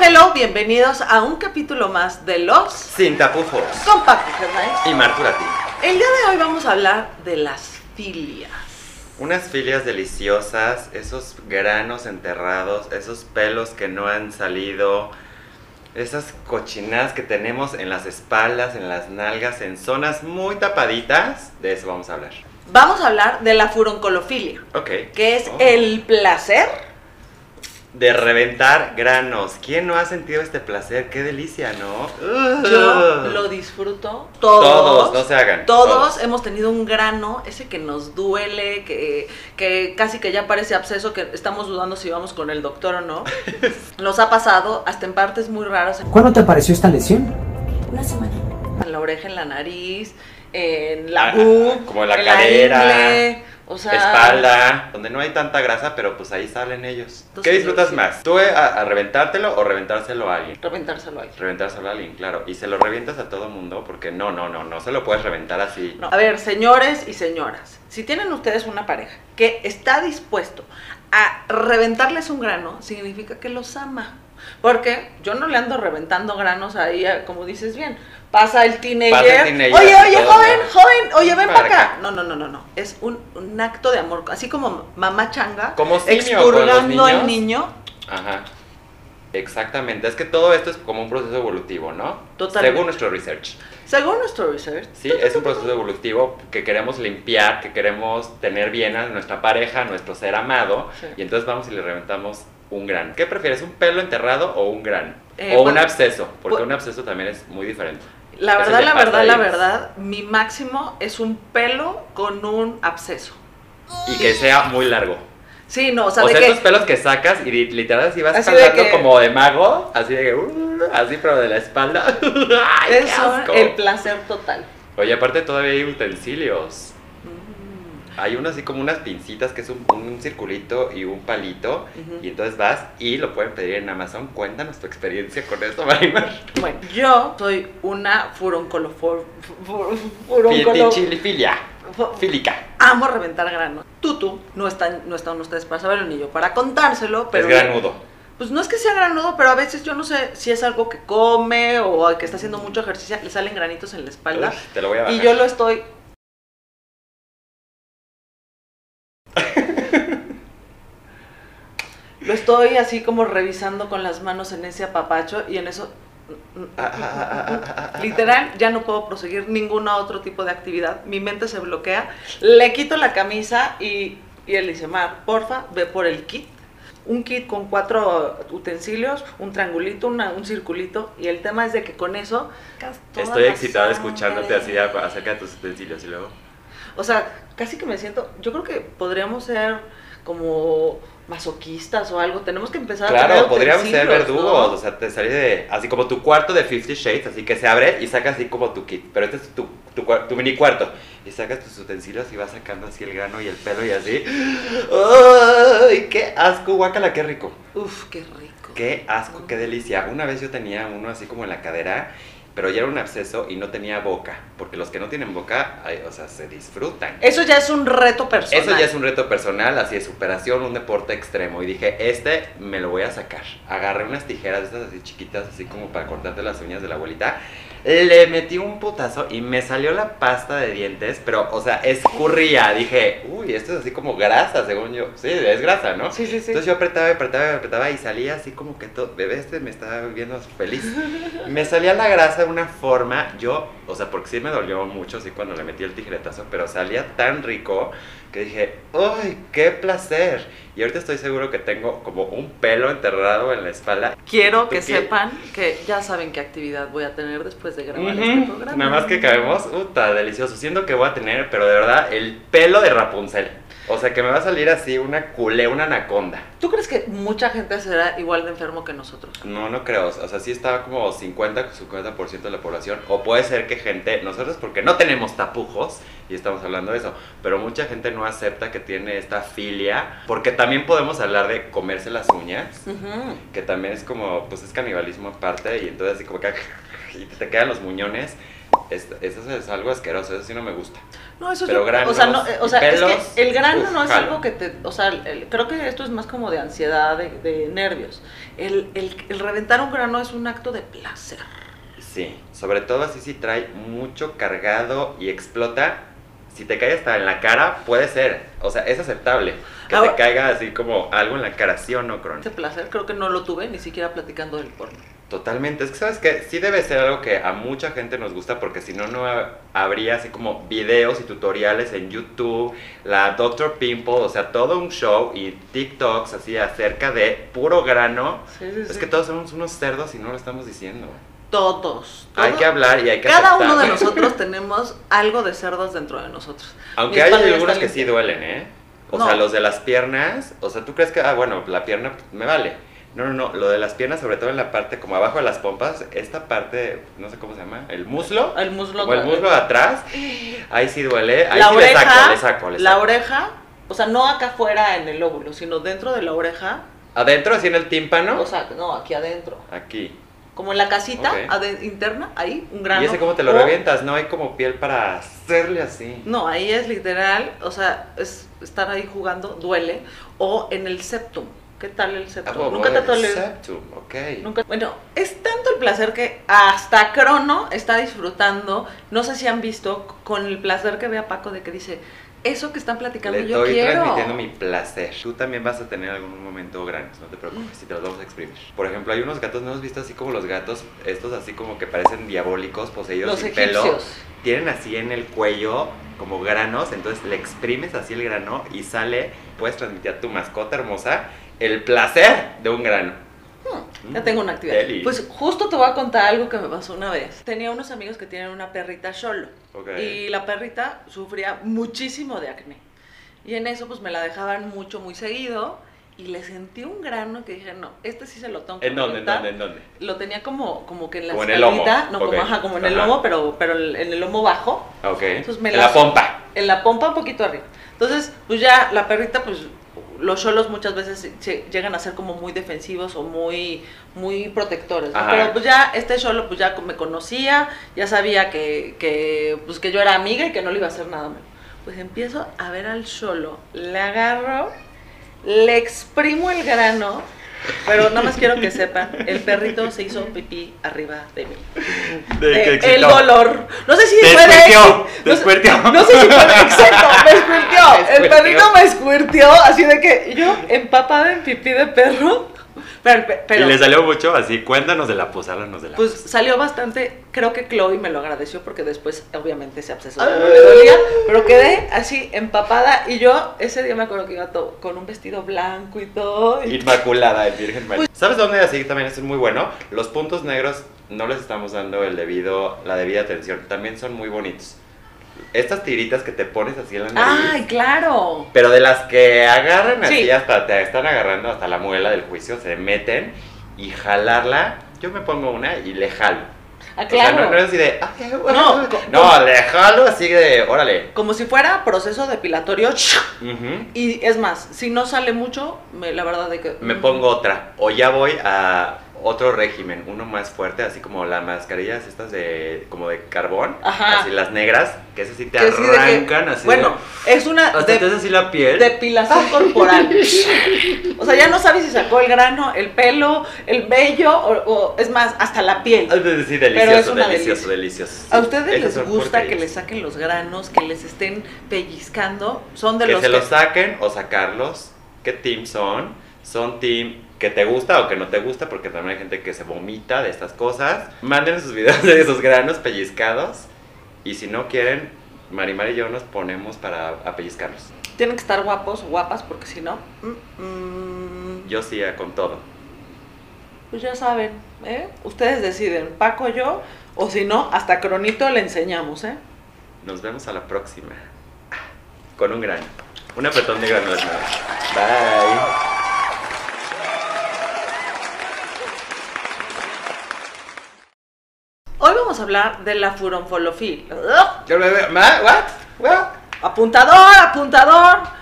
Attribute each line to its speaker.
Speaker 1: hello, bienvenidos a un capítulo más de Los
Speaker 2: Sin tapujos.
Speaker 1: con Paco Fernández.
Speaker 2: Y Marturati.
Speaker 1: El día de hoy vamos a hablar de las filias.
Speaker 2: Unas filias deliciosas, esos granos enterrados, esos pelos que no han salido, esas cochinadas que tenemos en las espaldas, en las nalgas, en zonas muy tapaditas, de eso vamos a hablar.
Speaker 1: Vamos a hablar de la furoncolofilia,
Speaker 2: Ok.
Speaker 1: que es
Speaker 2: Oh.
Speaker 1: el placer
Speaker 2: De reventar granos. ¿Quién no ha sentido este placer? ¡Qué delicia, ¿no?
Speaker 1: Yo
Speaker 2: Ugh.
Speaker 1: lo disfruto.
Speaker 2: Todos, no se hagan.
Speaker 1: Todos, hemos tenido un grano, ese que nos duele, que, que casi que ya parece absceso, que estamos dudando si vamos con el doctor o no. Nos ha pasado hasta en partes muy raras,
Speaker 3: ¿Cuándo te apareció esta lesión?
Speaker 4: Una semana.
Speaker 1: en la oreja, en la nariz, en la
Speaker 2: Ah,
Speaker 1: boob,
Speaker 2: como en la
Speaker 1: en
Speaker 2: cadera,
Speaker 1: ingle, o sea,
Speaker 2: espalda, donde no hay tanta grasa, pero pues ahí salen ellos.
Speaker 1: Entonces,
Speaker 2: ¿Qué disfrutas
Speaker 1: sí.
Speaker 2: más? ¿Tú eh, a, a reventártelo o reventárselo a alguien?
Speaker 1: reventárselo ahí.
Speaker 2: Reventárselo a alguien, claro. Y se lo revientas a todo mundo porque no, no, no, no se lo puedes reventar así.
Speaker 1: No. A ver, señores y señoras, si tienen ustedes una pareja que está dispuesto a reventarles un grano, significa que los ama. Porque yo no le ando reventando granos ahí, eh, como dices bien. Pasa el teenager.
Speaker 2: Pasa el teenager,
Speaker 1: oye, oye,
Speaker 2: todo,
Speaker 1: joven,
Speaker 2: ¿no?
Speaker 1: joven, oye, ven para
Speaker 2: Para
Speaker 1: acá.
Speaker 2: acá.
Speaker 1: No, no, no, no, no. Es un, un acto de amor. Así como mamá changa,
Speaker 2: Como simio con los
Speaker 1: expurgando al
Speaker 2: niños.
Speaker 1: niño.
Speaker 2: Ajá. Exactamente. Es que todo esto es como un proceso evolutivo, ¿no?
Speaker 1: Totalmente.
Speaker 2: Según nuestro research.
Speaker 1: Según nuestro research,
Speaker 2: Sí, es un proceso evolutivo que queremos limpiar, que queremos tener bien a nuestra pareja, a nuestro ser amado,
Speaker 1: Sí.
Speaker 2: y entonces vamos y le reventamos un gran. ¿Qué prefieres, un pelo enterrado o un gran?
Speaker 1: Eh,
Speaker 2: o
Speaker 1: pues-
Speaker 2: un absceso, porque
Speaker 1: pues-
Speaker 2: un absceso también es muy diferente.
Speaker 1: la
Speaker 2: Ese
Speaker 1: verdad,
Speaker 2: ya
Speaker 1: la
Speaker 2: pasa
Speaker 1: verdad,
Speaker 2: ahí.
Speaker 1: la verdad, mi máximo es un pelo con un absceso.
Speaker 2: Y que sea muy largo.
Speaker 1: Sí, no, o
Speaker 2: O
Speaker 1: sea,
Speaker 2: sea,
Speaker 1: de que...
Speaker 2: esos pelos que sacas y li- literal así vas
Speaker 1: Así de
Speaker 2: jalando
Speaker 1: que-
Speaker 2: como de mago, así de que, uh, así pero de la espalda. ¡Ay, qué
Speaker 1: Eso,
Speaker 2: asco!
Speaker 1: el placer total.
Speaker 2: Oye, aparte todavía hay utensilios. Hay uno así como unas pincitas que es un, un circulito y un palito.
Speaker 1: Ujú.
Speaker 2: Mm, Y entonces vas y lo pueden pedir en Amazon. Cuéntanos tu experiencia con esto, Marimar.
Speaker 1: Bueno, yo soy una furoncolofor... fur- furoncolo-
Speaker 2: Chilifilia.
Speaker 1: fu-
Speaker 2: Fílica.
Speaker 1: Amo reventar granos. Tutu, no están, no están ustedes para saberlo ni yo para contárselo,
Speaker 2: Es
Speaker 1: pero...
Speaker 2: granudo.
Speaker 1: Pues no es que sea granudo, pero a veces yo no sé si es algo que come o que está haciendo mucho ejercicio, le salen granitos en la espalda.
Speaker 2: Uy, te lo voy a bajar.
Speaker 1: Y yo lo estoy. lo estoy así como revisando con las manos en ese apapacho y en eso.
Speaker 2: Ah, ah, ah, ah, ah, ah,
Speaker 1: Literal, ya no puedo proseguir ningún otro tipo de actividad. Mi mente se bloquea. Le quito la camisa y, y él dice: Mar, porfa, ve por el kit. Un kit con cuatro utensilios, un triangulito, una- un circulito. Y el tema es de que con eso
Speaker 2: Estoy excitada escuchándote así de- acerca de tus utensilios y luego.
Speaker 1: O sea, casi que me siento. Yo creo que podríamos ser como masoquistas o algo. Tenemos Ah, que empezar a
Speaker 2: Claro,
Speaker 1: tener
Speaker 2: podríamos ser
Speaker 1: utensilios,
Speaker 2: verdugos.
Speaker 1: ¿no?
Speaker 2: O sea, te sale de. Así como tu cuarto de 50 Shades, así que se abre y saca así como tu kit. Pero este es tu, tu, cua- tu mini cuarto. Y sacas tus utensilios y vas sacando así el grano y el pelo y así. ¡Ay, qué asco! Guácala, qué rico.
Speaker 1: Uf, qué rico.
Speaker 2: Qué asco, qué delicia. Una vez yo tenía uno así como en la cadera, pero ya era un absceso y no tenía boca. Porque los que no tienen boca, ay, o sea, se disfrutan.
Speaker 1: Eso ya es un reto personal.
Speaker 2: Eso ya es un reto personal, así de superación, un deporte extremo. Y dije, este me lo voy a sacar. Agarré unas tijeras de estas así chiquitas, así como para cortarte las uñas de la abuelita. Le metí un putazo y me salió la pasta de dientes, pero, o sea, escurría. Dije, uy, esto es así como grasa, según yo. Sí, es grasa, ¿no?
Speaker 1: Sí, sí, sí.
Speaker 2: Entonces yo apretaba, apretaba, apretaba y salía así como que todo, bebé, este me estaba viendo feliz. Me salía la grasa de una forma, yo, o sea, porque sí me dolió mucho, así cuando le metí el tijeretazo, pero salía tan rico que dije, ¡ay, qué placer! Y ahorita estoy seguro que tengo como un pelo enterrado en la espalda.
Speaker 1: Quiero que
Speaker 2: ¿Tú qué?
Speaker 1: sepan que ya saben qué actividad voy a tener después de grabar este
Speaker 2: Ujú.
Speaker 1: programa.
Speaker 2: Nada más que cabemos, puta, delicioso. Siento que voy a tener, pero de verdad, el pelo de Rapunzel. O sea, que me va a salir así una culé, una anaconda.
Speaker 1: ¿Tú crees que mucha gente será igual de enfermo que nosotros?
Speaker 2: No, no creo. O sea, sí estaba como 50, 50% de la población. O puede ser que gente, nosotros porque no tenemos tapujos y estamos hablando de eso, pero mucha gente no acepta que tiene esta filia. Porque también podemos hablar de comerse las uñas,
Speaker 1: Ujú.
Speaker 2: que también es como, pues es canibalismo aparte y entonces así como que y te, te quedan los muñones. es- eso es algo asqueroso, eso sí no me gusta.
Speaker 1: No, eso
Speaker 2: Pero
Speaker 1: es.
Speaker 2: granos
Speaker 1: o sea, no, eh, o
Speaker 2: y
Speaker 1: sea es
Speaker 2: pelos,
Speaker 1: que el grano
Speaker 2: uf,
Speaker 1: no es
Speaker 2: jalo.
Speaker 1: algo que te. O sea, el- creo que esto es más como de ansiedad, de, de nervios. El, el, el reventar un grano es un acto de placer.
Speaker 2: Sí, sobre todo así si trae mucho cargado y explota. Si te cae hasta en la cara, puede ser. O sea, es aceptable que
Speaker 1: Ahora-
Speaker 2: te caiga así como algo en la cara, sí o no, Cron.
Speaker 1: Ese placer creo que no lo tuve ni siquiera platicando del porno.
Speaker 2: Totalmente. Es que, ¿sabes que Sí debe ser algo que a mucha gente nos gusta porque si no, no ha- habría así como videos y tutoriales en YouTube, la Dr. Pimple, o sea, todo un show y TikToks así acerca de puro grano.
Speaker 1: Sí, sí,
Speaker 2: Es que todos somos unos cerdos y no lo estamos diciendo.
Speaker 1: todos.
Speaker 2: Hay
Speaker 1: todo-
Speaker 2: que hablar y hay que
Speaker 1: Cada uno
Speaker 2: aceptar.
Speaker 1: de nosotros tenemos algo de cerdos dentro de nosotros.
Speaker 2: Aunque
Speaker 1: Mi
Speaker 2: hay
Speaker 1: espalda ya
Speaker 2: algunos
Speaker 1: está
Speaker 2: que sí
Speaker 1: limpia.
Speaker 2: duelen, ¿eh? O
Speaker 1: No.
Speaker 2: sea, los de las piernas, o sea, tú crees que, ah, bueno, la pierna me vale. No, no, no, lo de las piernas, sobre todo en la parte como abajo de las pompas, esta parte, no sé cómo se llama, el muslo,
Speaker 1: El muslo.
Speaker 2: o el muslo de atrás, ahí sí duele, ahí
Speaker 1: eh. la
Speaker 2: sí
Speaker 1: oreja,
Speaker 2: le saco, le saco, le
Speaker 1: la
Speaker 2: saco.
Speaker 1: oreja, o sea, no acá afuera en el lóbulo, sino dentro de la oreja,
Speaker 2: Adentro, así en el tímpano,
Speaker 1: o sea, no, aquí adentro,
Speaker 2: aquí.
Speaker 1: como en la casita
Speaker 2: Ok.
Speaker 1: aden- interna, ahí un grano.
Speaker 2: Y ese cómo te lo
Speaker 1: O-
Speaker 2: revientas, no hay como piel para hacerle así.
Speaker 1: No, ahí es literal, o sea, es estar ahí jugando duele o en el septum. ¿Qué tal el
Speaker 2: Ah,
Speaker 1: septum?
Speaker 2: bueno,
Speaker 1: Nunca te
Speaker 2: el
Speaker 1: duele.
Speaker 2: septum, ok.
Speaker 1: Nunca- Bueno, es tanto el placer que hasta Crono está disfrutando. No sé si han visto con el placer que ve a Paco de que dice, eso que están platicando
Speaker 2: Le
Speaker 1: yo
Speaker 2: estoy
Speaker 1: quiero.
Speaker 2: transmitiendo mi placer. Tú también vas a tener algún momento granos, no te preocupes, y te los vamos a exprimir. Por ejemplo, hay unos gatos, ¿no has visto así como los gatos, estos así como que parecen diabólicos, poseídos
Speaker 1: Los
Speaker 2: sin pelo?
Speaker 1: egipcios.
Speaker 2: Tienen así en el cuello como granos, entonces le exprimes así el grano y sale, puedes transmitir a tu mascota hermosa el placer de un grano. Mm,
Speaker 1: Hmm, ya tengo una actividad.
Speaker 2: Eli.
Speaker 1: Pues justo te voy a contar algo que me pasó una vez. Tenía unos amigos que tienen una perrita solo
Speaker 2: Ok.
Speaker 1: y la perrita sufría muchísimo de acné. Y en eso pues me la dejaban mucho, muy seguido y le sentí un grano que dije, no, este sí se lo tengo que
Speaker 2: ¿En dónde, en
Speaker 1: reventar".
Speaker 2: dónde, en dónde?
Speaker 1: Lo tenía como, como que en la
Speaker 2: Como en el lomo.
Speaker 1: espaldita, no,
Speaker 2: Ok.
Speaker 1: como, ajá, como en el
Speaker 2: Ajá.
Speaker 1: lomo, pero, pero en el lomo bajo
Speaker 2: Ok.
Speaker 1: Entonces Pues me
Speaker 2: En
Speaker 1: la-
Speaker 2: la pompa.
Speaker 1: en la pompa un poquito arriba. Entonces, pues ya la perrita, pues los solos muchas veces se- se llegan a ser como muy defensivos o muy muy protectores. ¿no?
Speaker 2: Ajá.
Speaker 1: Pero pues ya este solo pues ya me conocía, ya sabía que, que, pues, que yo era amiga y que no le iba a hacer nada malo. Pues empiezo a ver al solo, le agarro, le exprimo el grano, pero nada más quiero que sepan, el perrito se hizo pipí arriba de mí.
Speaker 2: De que
Speaker 1: Eh, el
Speaker 2: excitó.
Speaker 1: dolor. No sé si
Speaker 2: Te
Speaker 1: fue de
Speaker 2: escupió,
Speaker 1: éxito.
Speaker 2: te
Speaker 1: No sé-
Speaker 2: escupió.
Speaker 1: No sé si fue de exacto, me escuirtió.
Speaker 2: Te
Speaker 1: El
Speaker 2: escupió.
Speaker 1: perrito me escuirtió, así de que yo empapada en pipí de perro. Pero, pero-
Speaker 2: y le salió mucho así, cuéntanos de la pos, háblanos de la
Speaker 1: pues salió bastante. Creo que Chloe me lo agradeció porque después, obviamente, se abscesó.
Speaker 2: Ah.
Speaker 1: No le dolía, pero quedé así empapada. Y yo ese día me acuerdo que iba to- con un vestido blanco y todo. y-
Speaker 2: Inmaculada de Virgen María.
Speaker 1: Pues-
Speaker 2: ¿Sabes dónde así también es muy bueno? Los puntos negros no les estamos dando el debido, la debida atención. También son muy bonitos. Estas tiritas que te pones así en la nariz.
Speaker 1: ¡Ay, claro!
Speaker 2: Pero de las que agarran así
Speaker 1: Sí.
Speaker 2: hasta te están agarrando hasta la muela del juicio, se meten y jalarla. Yo me pongo una y le jalo.
Speaker 1: Ah,
Speaker 2: O sea,
Speaker 1: claro.
Speaker 2: no, no es así de. "Ay,
Speaker 1: No,
Speaker 2: ay". no, le jalo así de. Órale.
Speaker 1: Como si fuera proceso depilatorio.
Speaker 2: Ujú.
Speaker 1: Y es más, si no sale mucho, me- la verdad de que...
Speaker 2: me
Speaker 1: mm,
Speaker 2: pongo otra. O ya voy a otro régimen, uno más fuerte, así como las mascarillas estas de como de carbón,
Speaker 1: Ajá.
Speaker 2: así las negras, que esas sí te
Speaker 1: que sí de que-
Speaker 2: arrancan así. de-
Speaker 1: Bueno, es una
Speaker 2: hasta
Speaker 1: de-
Speaker 2: te hace así la piel.
Speaker 1: depilación corporal. O sea, ya no sabes si sacó el grano, el pelo, el vello, o, o- es más, hasta la piel.
Speaker 2: Antes de decir Ah, delicioso,
Speaker 1: Pero es una
Speaker 2: delicioso,
Speaker 1: delicia.
Speaker 2: delicioso. sí.
Speaker 1: ¿A ustedes
Speaker 2: Esas
Speaker 1: les
Speaker 2: son
Speaker 1: gusta que
Speaker 2: porquerías.
Speaker 1: les saquen los granos, que les estén pellizcando? Son de
Speaker 2: que
Speaker 1: los
Speaker 2: se
Speaker 1: que...
Speaker 2: los saquen o sacarlos. ¿Qué team son? Son team que te gusta o que no te gusta, porque también hay gente que se vomita de estas cosas. Manden sus videos de esos granos pellizcados. Y si no quieren, Marimar y yo nos ponemos para a pellizcarlos.
Speaker 1: Tienen que estar guapos, guapas, porque si no... mm, mm,
Speaker 2: Yo sí, eh, con todo.
Speaker 1: Pues ya saben, ¿eh? Ustedes deciden, Paco, yo, o si no, hasta Cronito le enseñamos, ¿eh?
Speaker 2: Nos vemos a la próxima. Con un grano. Un apretón de granos. ¿no? Bye.
Speaker 1: Hoy vamos a hablar de la furonfolofía.
Speaker 2: Yo me veo- ma- ¿What? ¿What?
Speaker 1: Apuntador, apuntador.